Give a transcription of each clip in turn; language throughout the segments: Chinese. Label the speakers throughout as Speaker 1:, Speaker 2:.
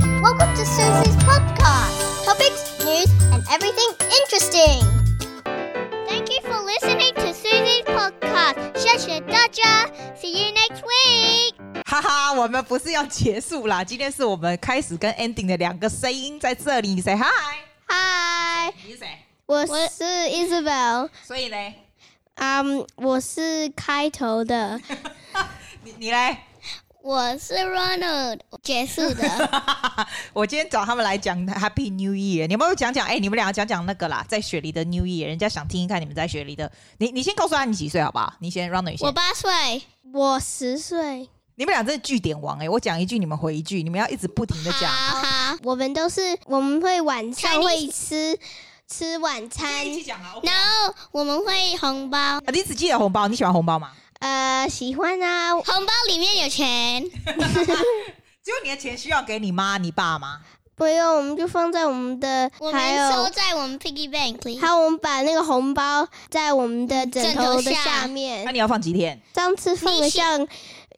Speaker 1: to Susie's podcast. Topics, news, and everything interesting. Thank you for listening to Susie's podcast. 谢谢大家 See you next week.
Speaker 2: 哈哈，我们不是要结束啦，今天是我们开始跟 ending 的两个声音在这里。你 say hi，
Speaker 1: 嗨，
Speaker 2: 你是谁？
Speaker 3: 我是 Isabel，
Speaker 2: 所以嘞，
Speaker 3: 嗯我是开头的，
Speaker 2: 你你嘞？
Speaker 1: 我是 Ronald，结束 的。
Speaker 2: 我今天找他们来讲 Happy New Year，你们有讲讲？哎、你们俩讲讲那个啦，在雪梨的 New Year，人家想听一看你们在雪梨的。你你先告诉他你几岁好不好？你先让你
Speaker 1: 我
Speaker 2: 先。
Speaker 1: 八岁，
Speaker 3: 我十岁，
Speaker 2: 你们俩真的据点王哎、我讲一句你们回一句，你们要一直不停的讲。
Speaker 1: 好好。
Speaker 3: 我们都是我们会晚上
Speaker 1: Chinese
Speaker 3: 会吃吃晚餐，
Speaker 2: 讲啊
Speaker 1: 然后我们会红包，
Speaker 2: 你只记得红包，你喜欢红包吗？
Speaker 3: 呃，喜欢啊，
Speaker 1: 红包里面有钱。
Speaker 2: 只有你的钱需要给你妈、你爸吗？
Speaker 3: 不用我们就放在我们的，
Speaker 1: 我
Speaker 3: 还
Speaker 1: 们收
Speaker 3: 有
Speaker 1: 在我们 piggy bank 里
Speaker 3: 还。有我们把那个红包在我们的枕
Speaker 1: 枕头
Speaker 3: 头的
Speaker 1: 下
Speaker 3: 下
Speaker 2: 那
Speaker 3: 面，
Speaker 2: 你要放几天？
Speaker 3: 上次放
Speaker 1: 你
Speaker 3: 了
Speaker 1: 喜
Speaker 3: 像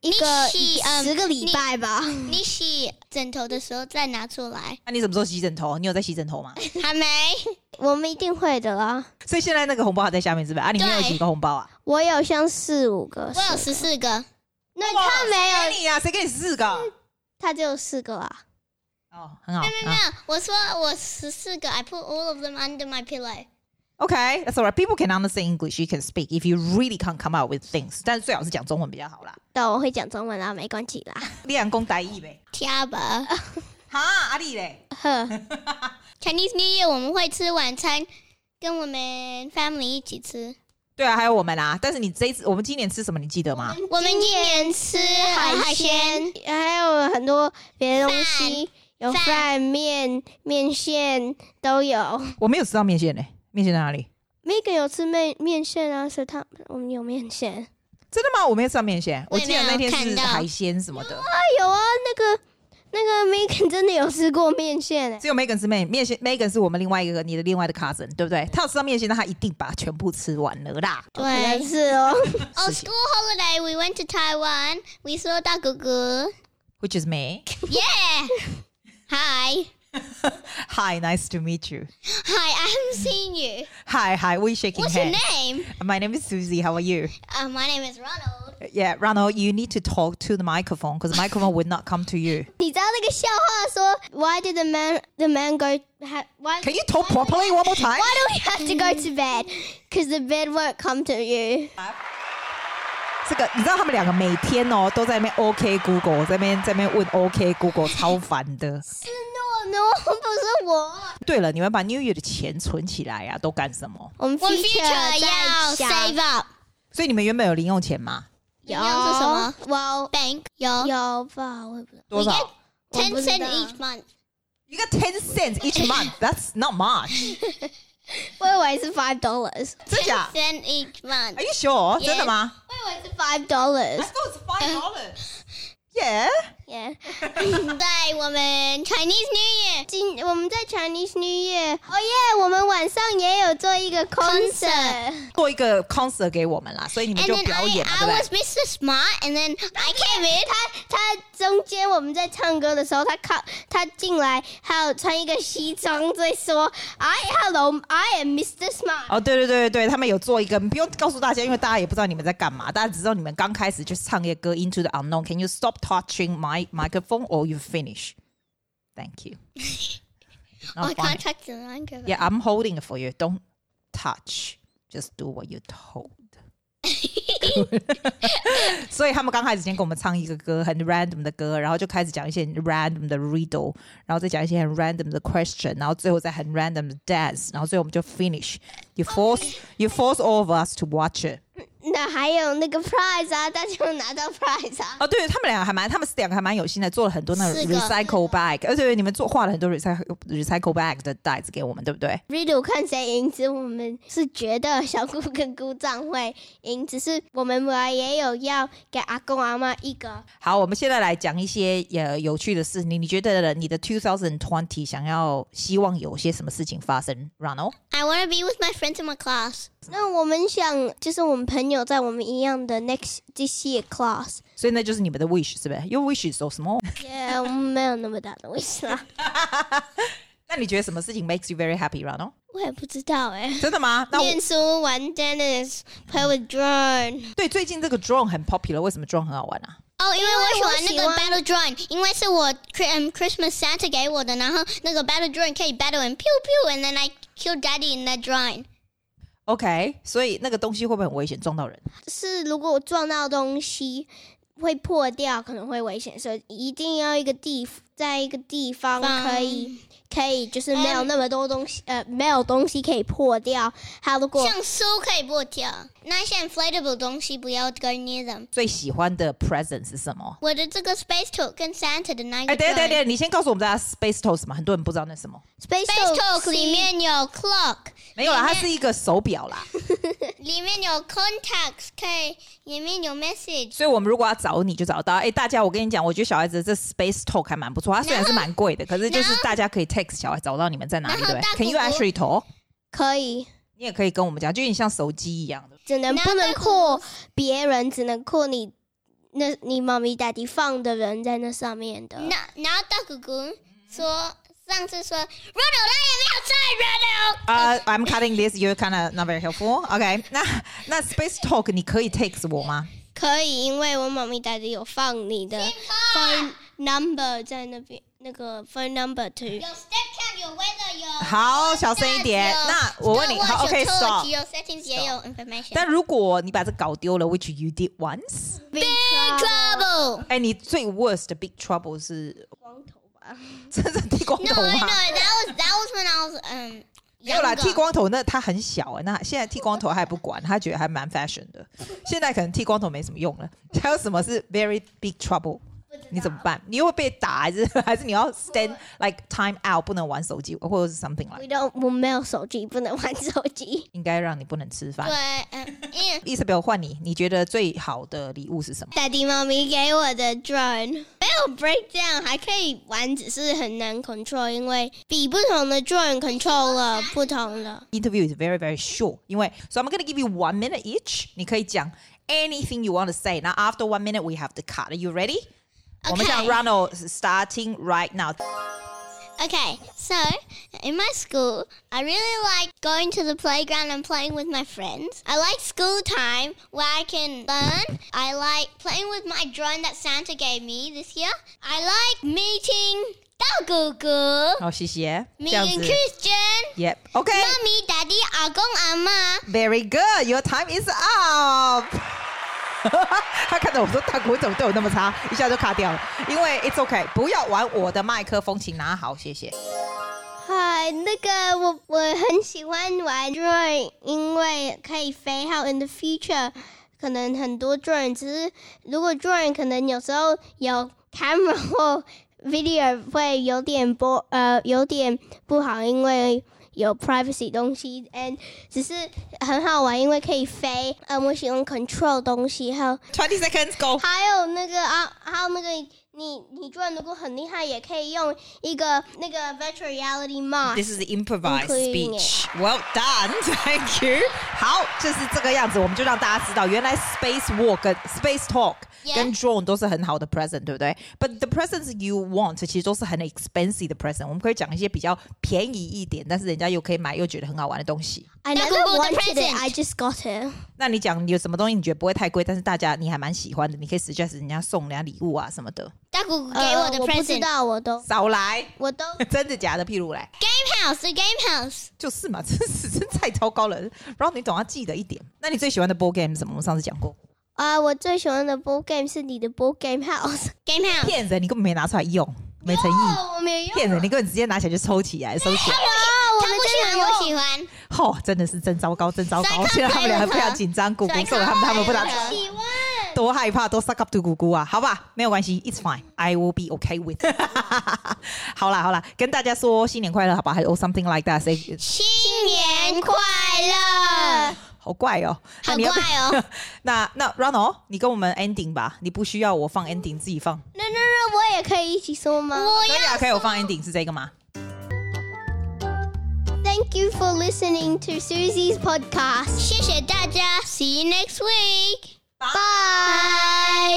Speaker 3: 一个
Speaker 1: 你喜嗯
Speaker 3: 十个礼
Speaker 1: 你
Speaker 3: 拜吧，
Speaker 1: 你洗枕头的时候再拿出来，
Speaker 2: 那你什么时候洗枕头？你有在洗枕头吗？
Speaker 1: 还没？
Speaker 3: 我们一定会的啦。
Speaker 2: 所以现在那个红包还在下面是不是？啊，里面有
Speaker 1: 对
Speaker 2: 几个红包啊？
Speaker 3: 我有像四五个，
Speaker 1: 我有
Speaker 3: 四
Speaker 1: 十
Speaker 3: 个
Speaker 1: 四个，
Speaker 3: 那他没
Speaker 2: 谁
Speaker 3: 有，
Speaker 2: 给你啊？谁给你四个？
Speaker 3: 他只有四个啊。
Speaker 2: 哦，很好。
Speaker 1: 嗯没有没有没
Speaker 2: 啊
Speaker 1: 有，我说我十四个，I put all of them under my pillow。
Speaker 2: Okay, that's alright. People can understand English. You can speak if you really can't come out with things. 但是最好是讲中文比较好啦。
Speaker 3: 但我会讲中文啊，没关系啦。
Speaker 2: 你讲公台语呗？
Speaker 1: 加吧
Speaker 2: 哈，阿丽嘞？
Speaker 3: 呵，
Speaker 1: ，Chinese New Year 我们会吃晚餐，跟我们 family 一起吃。
Speaker 2: 对啊，还有我们啊。但是你这一次，我们今年吃什么？你记得吗？
Speaker 1: 我们今年吃海海鲜，，
Speaker 3: 还有很多别的东西，有
Speaker 1: 饭
Speaker 3: 饭、面、面线都有。
Speaker 2: 我没有吃到面线嘞、面线在哪里？
Speaker 3: Megan 有吃面面线啊，所以他我们有面线。
Speaker 2: 真的吗？我没有吃到面线。
Speaker 1: 我
Speaker 2: 我
Speaker 1: 也
Speaker 2: 记
Speaker 1: 没有
Speaker 2: 得那天
Speaker 1: 看
Speaker 2: 是
Speaker 1: 到
Speaker 2: 海鲜什么的，
Speaker 3: 啊，有啊，那个那个 Megan 真的有吃过面线诶、
Speaker 2: 只有 Megan 是面面线。Megan 是我们另外一个你的另外的 cousin，对不对？他有吃到面线，那他一定把它全部吃完了啦。
Speaker 3: 可
Speaker 1: 对
Speaker 3: 能。是 哦。
Speaker 1: On
Speaker 2: 事情
Speaker 1: Oh, school holiday, we went to Taiwan. We saw 大哥哥。
Speaker 2: Which is me.
Speaker 1: Yeah. Hi.
Speaker 2: Hi, nice to meet you.
Speaker 1: Hi, I haven't seen you.
Speaker 2: Hi, hi, we shaking
Speaker 1: What's your
Speaker 2: hands.
Speaker 1: name?
Speaker 2: My name is Susie. How are you?
Speaker 1: Uh, my name is Ronald.
Speaker 2: Yeah, Ronald, you need to talk to the microphone because the microphone would not come to you.
Speaker 3: 你知道那个笑话说，Why did the man the man go ha- why
Speaker 2: Can you talk properly one more time?
Speaker 3: Why do we have to go to bed? Because the bed won't come to you.
Speaker 2: 这个你知道他们两个每天哦都在那边 OK Google，在那边在那边问 OK Google，超烦 的。
Speaker 3: 是诺诺，不是我。
Speaker 2: 对了，你们把 New Year 的钱存起来呀、啊，都干什么？
Speaker 3: 我们
Speaker 1: 我们
Speaker 3: future 在
Speaker 1: future 要
Speaker 3: 想
Speaker 1: save up。
Speaker 2: 所以你们原本有零用钱吗？
Speaker 3: 有
Speaker 1: 要是什么
Speaker 3: 哇，
Speaker 1: Bank 有
Speaker 3: 有吧？我也不知道。
Speaker 2: 多
Speaker 1: 我应
Speaker 2: 少？
Speaker 3: 我
Speaker 1: ten
Speaker 3: 不知
Speaker 1: cent
Speaker 3: 道
Speaker 1: each month。
Speaker 2: 一个 ten cents each month. That's not much.
Speaker 3: 我以为是 five dollars，
Speaker 2: 真假
Speaker 1: Ten cent each month
Speaker 2: ？Are。you sure？
Speaker 1: Yes.
Speaker 2: 真的吗
Speaker 3: 我以为是 five
Speaker 2: ？I
Speaker 3: dollars。
Speaker 2: thought it's five dollars. Yeah.
Speaker 3: Yeah，
Speaker 1: 在我们 Chinese New Year
Speaker 3: 今我们在 Chinese New Year，哦耶，我们晚上也有做一个 concert。
Speaker 2: 做一个 concert 给我们啦，所以你们
Speaker 1: and
Speaker 2: 就
Speaker 1: then
Speaker 2: 表
Speaker 1: I
Speaker 2: 演嘛，对不
Speaker 1: I
Speaker 2: 对
Speaker 1: was Mr. Smart and then I came in
Speaker 3: 他中间我们在唱歌的时候，他靠他进来，还有穿一个西装，在说 I hello I am Mr. Smart。
Speaker 2: 哦，对对对对对，他们有做一个，不用告诉大家，因为大家也不知道你们在干嘛，大家只知道你们刚开始就是唱一个歌 Into the Unknown。Can you stop touching my microphone or you finish? Thank you. It's
Speaker 1: Oh, I
Speaker 2: not
Speaker 1: can't
Speaker 2: funny.
Speaker 1: touch the microphone
Speaker 2: Yeah, I'm holding it for you. Don't touch. Just do what you're told. 所以他们刚开始先给我们唱一个歌，很 random 的歌，然后就开始讲一些很 random 的 riddle，然后再讲一些很 random 的 question，然后最后再很 random 的 dance，然后最后我们就 finish。You force you force all of us to watch it。
Speaker 3: 那还有那个 prize 啊，大家有拿到 prize 啊。
Speaker 2: 哦，对，他们俩还蛮，他们是两个还蛮有心的，做了很多那种
Speaker 1: 四个
Speaker 2: recycle bag，而且你们做画了很多 recycle recycle bag 的袋子给我们，对不对？
Speaker 3: Riddle 看谁赢，只我们是觉得小姑跟姑丈会赢，只是我们本来也有要给阿公阿妈一个。
Speaker 2: 好，我们现在来讲一些呃有趣的事情。你觉得你的 two thousand twenty 想要希望有些什么事情发生？Ronald，
Speaker 1: I want to be with my friends in my class
Speaker 3: 那我们想，就是我们朋友有在我们一样的 next this year class。
Speaker 2: 所以那就是你们的 wish 是不是？Your wish is so small
Speaker 3: 哎耶，我们没有那么大的 wish 啦。
Speaker 2: 那你觉得什么事情 makes you very happy, Rano？
Speaker 3: 我也不知道哎、
Speaker 2: 真 的吗？那我
Speaker 3: 念书、玩 tennis、play with drone。
Speaker 2: 对最近这个 drone 很 popular，为什么 drone 很好玩啊？
Speaker 1: 哦，因为我喜欢那
Speaker 3: 因为我
Speaker 1: 个
Speaker 3: 喜
Speaker 1: Battle Drone，因为是我 Chri- 嗯 Christmas Santa 给我的，然后那个 Battle Drone 可以 battle and pew pew，and then I kill Daddy in that drone。
Speaker 2: OK，所以那个东西会不会很危险，撞到人？
Speaker 3: 是如果我撞到东西会破掉，可能会危险，所以一定要一个地在一个地方
Speaker 1: 放
Speaker 3: 可以可以就是没有那么多东西，呃，没有东西可以破掉。它如果
Speaker 1: 像书可以破掉，那些 inflatable 东西不要 go near them。
Speaker 2: 最喜欢的 present 是什么？
Speaker 1: 我的这个 space talk 跟 Santa 的那一
Speaker 2: 哎，
Speaker 1: 个
Speaker 2: 等一
Speaker 1: drone。
Speaker 2: 下等一下等一下，你先告诉我们大家 space toast 嘛，很多人不知道那是什么。
Speaker 3: space
Speaker 1: Space
Speaker 3: Talk
Speaker 1: Talk 里面有 clock，
Speaker 2: 没有啦，它是一个手表啦。
Speaker 1: 里面有 contacts，可以里面有 message。
Speaker 2: 所以我们如果要找你就找得到。哎，大家，我跟你讲，我觉得小孩子这 space talk 还蛮不错，它虽然是蛮贵的，可是就是大家可以 text 小孩找到你们在哪里，
Speaker 1: 然后
Speaker 2: 对不
Speaker 1: 大
Speaker 2: 对？Can you
Speaker 1: 姑姑
Speaker 2: actually talk？
Speaker 3: 可以。
Speaker 2: 你也可以跟我们讲，就有点像手机一样的。
Speaker 3: 只能
Speaker 1: 那
Speaker 3: 不能
Speaker 1: 那个
Speaker 3: 扣别人，只能扣你那你妈咪daddy 放的人在那上面的。
Speaker 1: 那然后大姑姑说，上次说 r o n o 他也没有在 r o n o
Speaker 2: 呃、i m cutting this. You kind of not very helpful. OK，那那 space talk 你可以 text 我吗？
Speaker 3: 可以，因为我妈咪 daddy 有放你的 phone number 在那边，那个 phone number
Speaker 1: 有
Speaker 3: to
Speaker 1: step count，有 weather，有
Speaker 3: Uh,
Speaker 2: 好，小声一点。那我问你，好
Speaker 1: 呃
Speaker 2: ，OK，
Speaker 1: 有
Speaker 2: stop。
Speaker 1: 有 settings，也有 information。嗯
Speaker 2: 但如果你把这搞丢了，which you did once，
Speaker 3: big Oh
Speaker 1: Trouble。
Speaker 2: 哎，你最 worst 的 big trouble 是
Speaker 3: 光头吧。
Speaker 2: 真的剃光
Speaker 1: No,
Speaker 2: 头
Speaker 1: I know.
Speaker 2: 吗？
Speaker 1: That was that was when I was um.
Speaker 2: 没有啦，
Speaker 1: younger.
Speaker 2: 剃光头那他很小哎、那现在剃光头还不管，他觉得还蛮 fashion 的。现在可能剃光头没什么用了。还有什么是 very big trouble？你怎么办？你又会被打，还是 还是你要 stand like time out，不能玩手机，或者是 something like？
Speaker 3: We don't，我没有手机，不能玩手机。
Speaker 2: 应该让你不能吃
Speaker 1: 对，
Speaker 2: 饭。
Speaker 1: 嗯，因为
Speaker 2: Isabel 换你，你觉得最好的礼物是什么？
Speaker 3: daddy 妈咪给我的 drone 没有 breakdown，还可以玩，只是很难 control，因为比不同的 drone control 了不同的。
Speaker 2: interview is very very short 因为 so I'm gonna give you one minute each 你可以讲 anything you want to say now after one minute we have to cut are you ready 我们讲 Ronald starting right now
Speaker 1: Okay, so in my school, I really like going to the playground and playing with my friends. I like school time where I can learn. I like playing with my drone that Santa gave me this year. I like meeting Dagugu,
Speaker 2: 好谢谢这样
Speaker 1: meeting
Speaker 2: 子
Speaker 1: Christian,
Speaker 2: Yep OK
Speaker 1: Mummy, Daddy, Agong, Ama.
Speaker 2: very good your time is up 他看到我说大国怎么对我那么差一下就卡掉了因为 it's OK 不要玩我的麦克风请拿好谢谢
Speaker 3: 嗨，呃那个我我很喜欢玩 drone，因为可以飞。还有 in the future，可能很多 drone，只是如果 drone 可能有时候有 camera 或 video 会有点不呃有点不好，因为有 privacy 东西，and 只是很好玩，因为可以飞。呃，我喜欢 control 东西，还有
Speaker 2: 20 seconds go
Speaker 3: 还有那个啊，还有那个你你 drone 如果很厉害，也可以用一个那个 virtual reality mod。
Speaker 2: This is the improvised
Speaker 3: Including
Speaker 2: speech. Well done, thank you. 好，就是这个样子，我们就让大家知道，原来 space walk 跟 space talk
Speaker 1: Yeah.
Speaker 2: 跟 drone 都是很好的 present，对不对？But the presents you want 其实都是很 expensive 的 present。我们可以讲一些比较便宜一点，但是人家又可以买又觉得很好玩的东西。
Speaker 3: I
Speaker 1: That
Speaker 3: never
Speaker 1: could be the
Speaker 3: wanted it.
Speaker 1: present.
Speaker 3: I just got it.
Speaker 2: 那你讲你有什么东西你觉得不会太贵，但是大家你还蛮喜欢的，你可以 suggest 人家送人家礼物啊什么的。
Speaker 1: Dagugu
Speaker 3: 呃
Speaker 1: 给我的
Speaker 3: Uh, 我不知
Speaker 1: present.
Speaker 3: 道，我都
Speaker 2: 少来，
Speaker 3: 我都
Speaker 2: 真的假的？譬如来，
Speaker 1: Game house, the game house.
Speaker 2: 就是嘛， 真是真太糟糕了。然后你总要记得一点。那你最喜欢的 board game 是什么？我们上次讲过。
Speaker 3: 啊、我最喜欢的 board game 是你的 board game house。
Speaker 1: Game house.
Speaker 2: 骗人，你根本没拿出来用，没诚意。
Speaker 3: 哦，我没有。
Speaker 2: 骗人，你根本直接拿起来就抽起来，收起来。
Speaker 3: 我们真的有
Speaker 1: 他不喜欢，我喜欢。
Speaker 2: 吼、真的是真糟糕，真糟
Speaker 1: 甩
Speaker 2: 糕！
Speaker 1: 开
Speaker 2: 现在他们俩还
Speaker 1: 我
Speaker 2: 非
Speaker 1: 的
Speaker 2: 常紧张，姑姑
Speaker 1: 甩开
Speaker 2: 送了他们，他们不拿
Speaker 1: 我，的
Speaker 3: 喜欢。
Speaker 2: 多害怕，多 suck up to 姑姑啊，好吧，没有关系，it's fine, I will be okay with. it 好啦好啦，跟大家说新年快乐，好吧？还有 something like that，say
Speaker 1: 新年快乐。
Speaker 2: 好怪哦，那你要不
Speaker 1: 好怪哦。
Speaker 2: 那那 Ronald，你跟我们 ending 吧，你不需要我放 ending，自己放。
Speaker 3: 那那那，我也可以一起说吗
Speaker 1: 我
Speaker 2: 可以
Speaker 1: 要
Speaker 2: 啊，可以，我放 ending 是这个吗？
Speaker 3: ？Thank Thank you for listening to Susie's podcast.
Speaker 1: 谢谢大家，See you next week，
Speaker 3: Bye.